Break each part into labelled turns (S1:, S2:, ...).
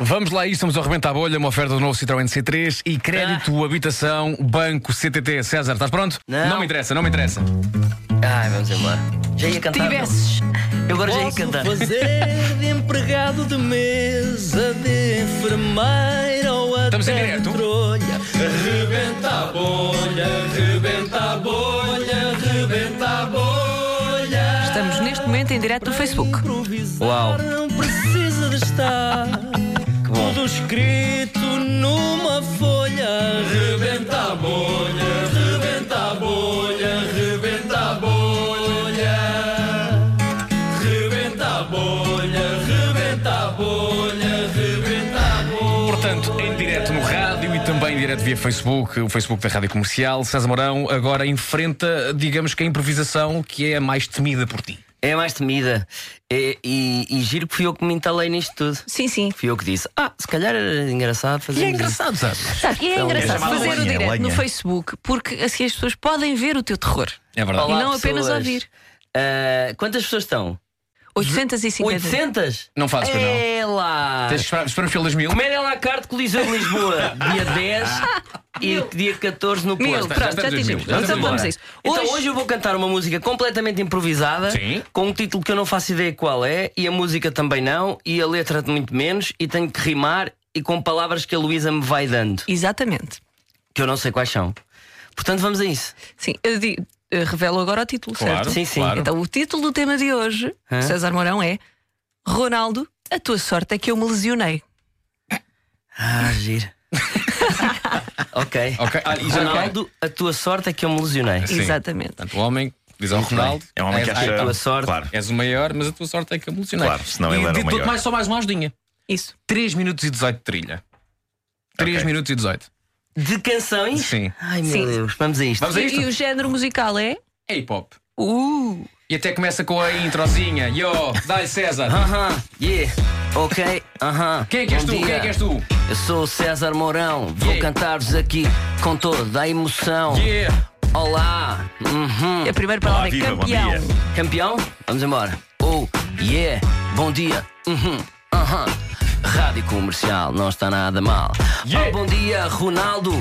S1: Vamos lá, a isso estamos ao arrebentar a bolha, uma oferta do novo Citroën C3 e crédito,
S2: Ah.
S1: habitação, banco, CTT. César, estás pronto?
S3: Não.
S1: me interessa, não me interessa.
S3: Ai, vamos embora. Já ia cantar. não?
S4: Tivesses.
S3: Eu agora já ia
S5: Posso
S3: cantar.
S5: fazer de empregado de mesa, de enfermeira ou até
S1: Estamos em
S5: de
S1: direto?
S5: trolha. Rebenta a bolha, rebenta a bolha, rebenta a bolha.
S4: Estamos neste momento em direto do Facebook.
S5: Improvisar
S3: Uau.
S5: não precisa de estar
S3: bom.
S5: tudo escrito numa folha. Rebenta a bolha, rebenta a bolha, rebenta a bolha. Rebenta a bolha, rebenta a bolha, rebenta a bolha.
S1: Portanto, em direto no rádio e também em direto via Facebook, o Facebook da Rádio Comercial, César Mourão agora enfrenta, digamos que a improvisação que é a mais temida por ti.
S3: É a mais temida. E, e- e giro que fui eu que me entalei nisto tudo.
S4: Sim, sim.
S3: Fui eu que disse: Ah, se calhar era engraçado fazer.
S2: Uhum.
S1: E é engraçado, sabe?
S4: Sabe, e é
S3: Então,
S4: engraçado
S3: é chamado
S4: fazer o
S2: lenha,
S4: direto no
S2: lenha.
S4: Facebook, porque assim as pessoas podem ver o teu terror.
S1: É verdade.
S3: Olá,
S4: E não apenas
S3: pessoas.
S4: ouvir.
S3: Ah, quantas pessoas estão?
S4: 850.
S3: 800?
S1: Não fazes pois não.
S3: É lá.
S1: Tens que esperar, um esperamos pelo 2000.
S2: é
S3: Comédia à la carte, Coliseu de Lisboa. dia 10 e dia 14 no
S4: Mil,
S1: já
S3: Porto.
S4: pronto,
S1: estamos
S4: já
S1: em 2000,
S4: atingimos.
S1: já estamos
S4: Então vamos
S1: embora.
S4: a isso.
S3: Então hoje... eu vou cantar uma música completamente improvisada,
S1: Sim.
S3: com um título que eu não faço ideia qual é, e a música também não, e a letra muito menos, e tenho que rimar e com palavras que a Luísa me vai dando,
S4: Exatamente.
S3: que eu não sei quais são. Portanto, vamos a isso.
S4: Sim, eu di- eu revelo agora o título,
S2: é?
S1: Claro,
S4: certo?
S3: Sim, sim.
S1: claro.
S4: Então o título do tema de hoje,
S3: Hã?
S4: César Mourão, é Ronaldo, a tua sorte é que eu me lesionei.
S3: Ah, giro. ok.
S1: Ok, ah, e já-
S3: Ronaldo, a tua sorte é que eu me lesionei.
S1: Sim.
S4: Exatamente.
S1: Portanto, o homem que diz ao
S3: Muito
S1: Ronaldo.
S3: bem.
S2: É um homem que
S1: és-
S2: acha.
S3: a tua sorte.
S2: Claro.
S1: És o maior, mas a tua sorte é que eu me lesionei.
S2: Claro, senão ele
S1: e
S2: era o
S1: de-
S2: maior.
S1: Mais, só mais uma ajudinha.
S4: Isso.
S1: 3 minutos e 18 de trilha. 3
S2: Ok.
S1: minutos e 18.
S3: De canções?
S1: Sim.
S3: Ai meu
S4: Sim.
S3: Deus, vamos a isto.
S1: Vamos a
S4: E,
S1: isto?
S4: e o género musical é?
S1: É hip hop.
S4: Uh!
S1: E até começa com a introzinha. Yo, dai César.
S3: Aham, yeah. Ok, aham.
S1: Quem é que és
S3: Bom
S1: tu? Quem
S3: dia.
S1: é que és tu?
S3: Eu sou o César Mourão, vou
S1: Yeah.
S3: cantar-vos aqui com toda a emoção.
S1: Yeah.
S3: Olá, uhum.
S4: A primeira palavra
S2: Olá, viva,
S4: é
S2: bom dia.
S4: campeão.
S3: campeão, vamos embora. Oh, yeah, bom dia, uhum, aham. Rádio comercial, não está nada mal.
S1: Yeah.
S3: Oh, bom dia, Ronaldo,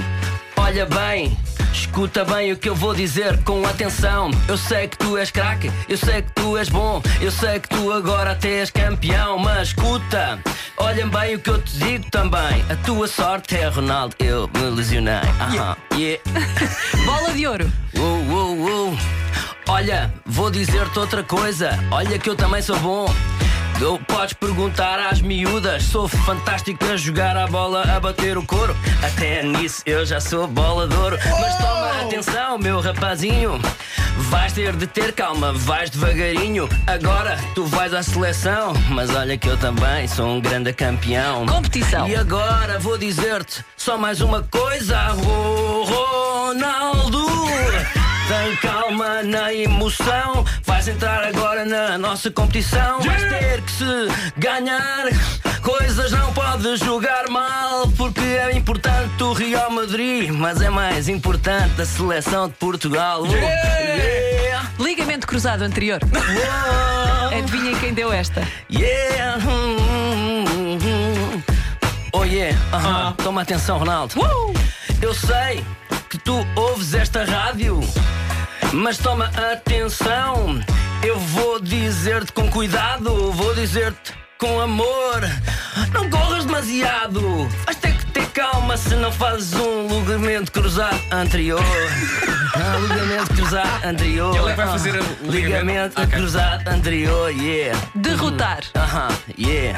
S3: olha bem. Escuta bem o que eu vou dizer com atenção. Eu sei que tu és craque, eu sei que tu és bom, eu sei que tu agora até és campeão. Mas escuta, olhem bem o que eu te digo também. A tua sorte é, Ronaldo, eu me lesionei. Aham, yeah.
S4: Bola de ouro.
S3: Uou, uou, uou. Olha, vou dizer-te outra coisa. Olha que eu também sou bom. Tu podes perguntar às miúdas. Sou fantástico a jogar a bola, a bater o couro. Até nisso eu já sou bola de ouro. Mas toma atenção, meu rapazinho. Vais ter de ter calma, vais devagarinho. Agora tu vais à seleção. Mas olha que eu também sou um grande campeão.
S4: Competição.
S3: E agora vou dizer-te só mais uma coisa, Ro- Ronaldo. Tem calma na emoção. Vais entrar agora na nossa competição. Vais ter que se ganhar. Coisas não podes jogar mal. Porque é importante o Real Madrid. Mas é mais importante a seleção de Portugal. Yeah!
S4: Ligamento cruzado anterior.
S3: Uou!
S4: Adivinhem quem deu esta.
S3: Yeah! hum, hum, hum. Oh yeah! aham. Toma atenção, Ronaldo.
S4: Uh!
S3: Eu sei que tu ouves esta rádio, mas toma atenção. Eu vou dizer-te com cuidado, vou dizer-te com amor. Não corras demasiado, vais ter que ter calma se não fazes um ligamento cruzado anterior. Ah, ligamento cruzado anterior.
S1: Ele é que vai
S3: Ah,
S1: fazer o ligamento.
S3: ligamento
S1: Ok.
S3: cruzado anterior, yeah.
S4: Derrotar.
S3: Aham, yeah.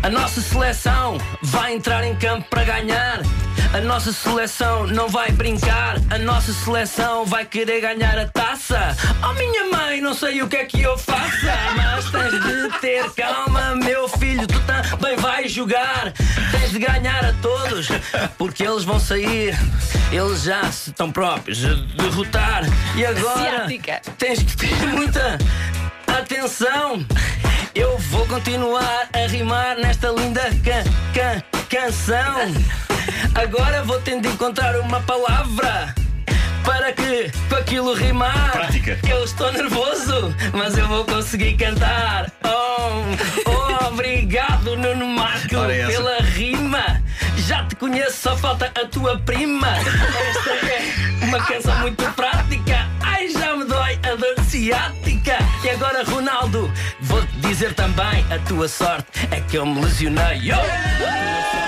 S3: A nossa seleção vai entrar em campo para ganhar. A nossa seleção não vai brincar. A nossa seleção vai querer ganhar a taça. Oh, minha mãe, não sei o que é que eu faça. Mas tens de ter calma, meu filho. Tu também vais jogar. Tens de ganhar a todos, porque eles vão sair. Eles já se estão próprios a derrotar. E agora
S4: Asiática.
S3: tens que ter muita Atenção, eu vou continuar a rimar nesta linda can, can, canção. Agora vou ter de encontrar uma palavra para que com aquilo rimar.
S2: Prática.
S3: Eu estou nervoso, mas eu vou conseguir cantar. Oh, obrigado. Obrigado, Nuno Marco,
S1: Ora, essa.
S3: pela rima. Já te conheço, só falta a tua prima. Esta é uma canção muito prática. Ai, já me dói a dor ciática. E agora, Ronaldo, vou-te dizer também: a tua sorte é que eu me lesionei. Yo!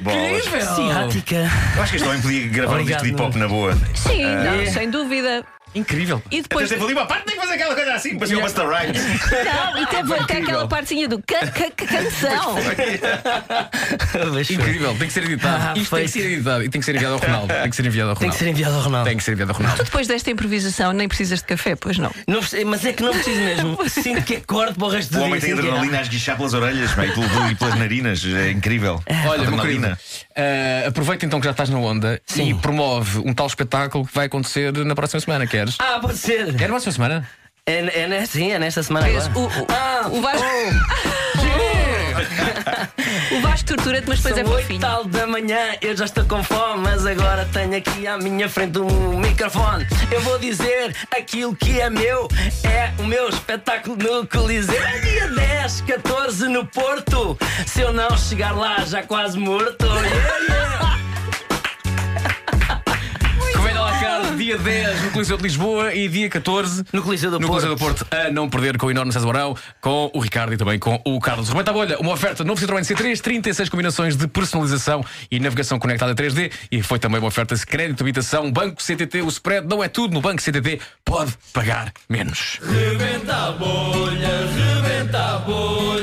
S2: Bolas.
S3: Oh, Ciática.
S2: Eu acho que este homem podia gravar
S3: Obrigado,
S2: um disco de hip hop na boa.
S4: Sim, não,
S3: é.
S4: sem dúvida.
S1: Incrível.
S4: E depois.
S2: Depois Ah. teve ali uma parte, tem que fazer aquela coisa assim, parecia uma Busta Rhymes.
S4: Não, e teve até
S2: Incrível.
S4: aquela partezinha do ca- ca- ca- canção.
S3: Mas foi.
S1: Incrível, tem que ser editado. Isto
S3: Ah,
S1: tem que
S3: foi.
S1: ser editado e tem que ser enviado ao Ronaldo. Tem que ser enviado ao Ronaldo.
S3: Tem que ser enviado ao Ronaldo.
S1: Tem que ser enviado ao Ronaldo.
S4: Tu depois desta improvisação nem precisas de café, pois não.
S3: Não preciso- mas é que não preciso mesmo. Sinto que acordo para o resto do
S2: O
S3: dia.
S2: homem tem
S3: sinto que- é.
S2: adrenalina a esguichar pelas orelhas pá, e pelo- pelo- e pelas narinas. É incrível.
S1: Olha, meu querido,
S2: adrenalina.
S1: ah, aproveita então que já estás na onda e promove um tal espetáculo que vai acontecer na próxima semana, queres?
S3: Ah, pode ser.
S1: É na próxima semana?
S3: É, é, ne- sim, é nesta semana
S4: Vês,
S3: agora. Ah,
S4: o, o,
S2: Ah,
S4: o Vasco.
S2: oh.
S4: o Vasco tortura-te, mas depois é
S3: São oito
S4: fofinho.
S3: tal da manhã, eu já estou com fome, mas agora tenho aqui à minha frente um microfone. Eu vou dizer aquilo que é meu, é o meu espetáculo no Coliseu. É dia 10, 14 no Porto. Se eu não chegar lá, já quase morto. Yeah, yeah.
S1: Que vem lá cara, dia 10 no Coliseu de Lisboa e dia 14
S3: No Coliseu do
S1: no
S3: Porto.
S1: Coliseu do Porto. A não perder com o enorme César Mourão, com o Ricardo e também com o Carlos. Rebenta a bolha, uma oferta novo Citroën C3, 36 combinações de personalização e navegação conectada 3D. E foi também uma oferta de crédito, habitação, banco CTT. O spread não é tudo no banco CTT, pode pagar menos.
S5: Rebenta a bolha, rebenta a bolha.